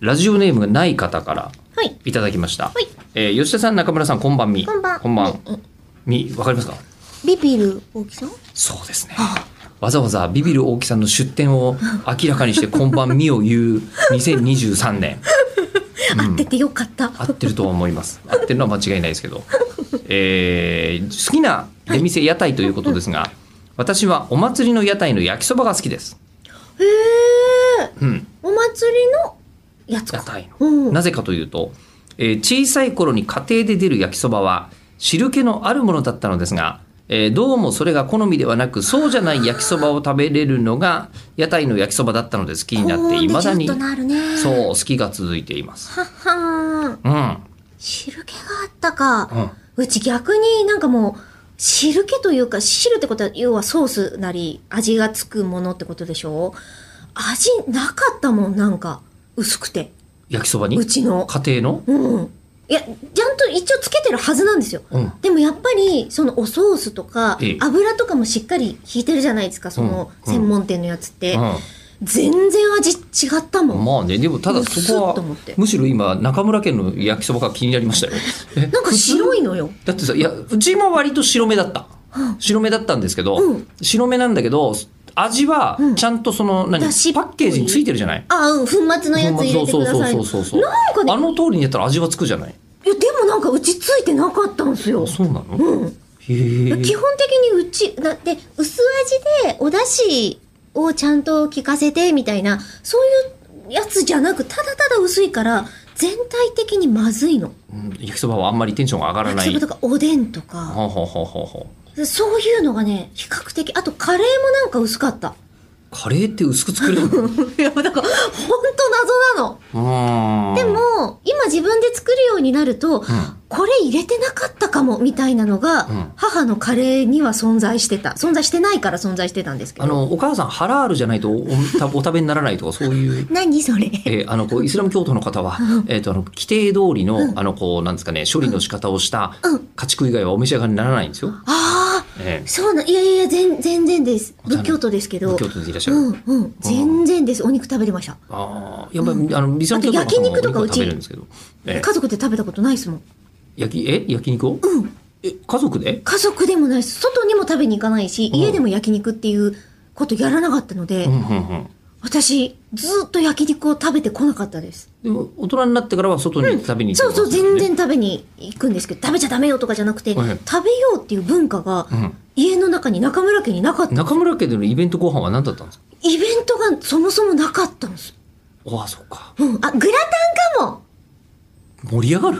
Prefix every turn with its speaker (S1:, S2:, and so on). S1: ラジオネームがない方から
S2: はい。
S1: いただきました。
S2: い
S1: えー吉田さん、中村さん、こんばんみ。
S2: こんばん。
S1: こんばん。
S2: うん。
S1: み、わかりますか
S2: ビビる大きさん
S1: そうですね。わざわざビビる大木さんの出店を明らかに して、こんばんみを言う2023年。
S2: 合っててよかった。
S1: 合ってるとは思います。合ってるのは間違いないですけど。えー好きな出店屋台ということですが、私はお祭りの屋台の焼きそばが好きです。
S2: へえ。
S1: うん、
S2: お祭りのやつ
S1: 屋
S2: か。
S1: 台の。
S2: うん。
S1: なぜかというと、えー小さい頃に家庭で出る焼きそばは汁気のあるものだったのですが、えーどうもそれが好みではなくそうじゃない焼きそばを食べれるのが屋台の焼きそばだったので好きになっていまだに
S2: ほーんでジュッとなるね。
S1: そう好きが続いています。
S2: はっはーん。
S1: うん、うん、
S2: 汁気があったか。うち逆になんかもう、汁気というか、汁ってことは、要はソースなり、味がつくものってことでしょ味なかったもん、なんか。薄くて。
S1: 焼きそばに
S2: うちの。
S1: 家庭の、
S2: うん。いや、ちゃんと一応つけてるはずなんですよ。
S1: うん、
S2: でもやっぱり、そのおソースとか
S1: ええ、
S2: 油とかもしっかり引いてるじゃないですか、その
S1: うん
S2: 専門店のやつって。
S1: うん
S2: 全然味違ったもん。
S1: まあね、でもただそこ
S2: うっすっと思
S1: は
S2: って、
S1: むしろ今、中村家の焼きそばが気になりましたよ。え
S2: なんか白いのよ。
S1: だってさ、いや、うちも割と白目だった。白目だったんですけど、
S2: うん
S1: 白目なんだけど、味は
S2: うん
S1: ちゃんとその、何、パ
S2: だしっぽい
S1: ッケージについてるじゃない
S2: あ、うん、粉末のやつ入れてください。
S1: そうそうそうそうそう
S2: なんかね
S1: あの通りにやったら味はつくじゃない
S2: いや、でもなんかうちついてなかったんですよ
S1: あ。そうなの、
S2: うん。
S1: へえ。
S2: 基本的にうち、だって、薄味でお出汁をちゃんと効かせてみたいな、そういうやつじゃなく、ただただ薄いから、全体的にまずいの。
S1: うん焼きそばはあんまりテンションが上がら
S2: 焼
S1: な
S2: きそば
S1: い。
S2: とかおでんとか、
S1: ほうほうほうほうほう
S2: そういうのがね、比較的、あとカレーもなんか薄かった。
S1: カレーって薄く作れるのう
S2: いや、だから、ほんと謎なの。
S1: ーん。
S2: で、も、今自分で作るようになると、
S1: ん
S2: これ入れてなかったかも、みたいなのが、
S1: うん
S2: 母のカレーには存在してた。存在してないから存在してたんですけ
S1: あ
S2: ど。
S1: の、お母さん、ハラールじゃないとおおたお食べにならないとか、そういう。
S2: 何それ
S1: えーあのこうイスラム教徒の方は、えー、とあの規定通りの,、あのこうなんですかね、処理の仕方をした
S2: うん
S1: 家畜以外はお召し上がりにならないんですよ。
S2: ああ、
S1: え
S2: そうな、いやいやいや、全全然です。
S1: じゃあ
S2: 仏教徒ですけ
S1: ー、
S2: ど。
S1: 仏教徒でいらっしゃ
S2: う
S1: る。
S2: んうん、全然です。お肉食べてました。
S1: ああ、やっぱり、あの、イスラム教徒の
S2: あと
S1: 方も
S2: 焼肉とか
S1: お
S2: う
S1: 肉
S2: ち
S1: 食べるんですけど。えー
S2: 家族で食べたことないですもん。
S1: 焼き、え、焼肉を。え、家族で。
S2: 家族でもないです。外にも食べに行かないし、
S1: ん
S2: 家でも焼肉っていうことやらなかったので、
S1: うん、うん、うん。
S2: 私、ずっと焼肉を食べてこなかったです。
S1: でも、大人になってからは外に食べに行
S2: そ
S1: っ
S2: う
S1: て
S2: そう、
S1: ますよ
S2: 全
S1: ね
S2: 然。食べに行くんですけど、食べちゃダメよとかじゃなくて、
S1: はい
S2: 食べようっていう文化が、家の中に中村家になかっ
S1: うん。
S2: た。
S1: 中村家でのイベントご飯は何だったんですか。
S2: イベントがそもそもなかったんです。
S1: ああ、そっか。
S2: うん。あ、グラタンかも
S1: 盛り上がる。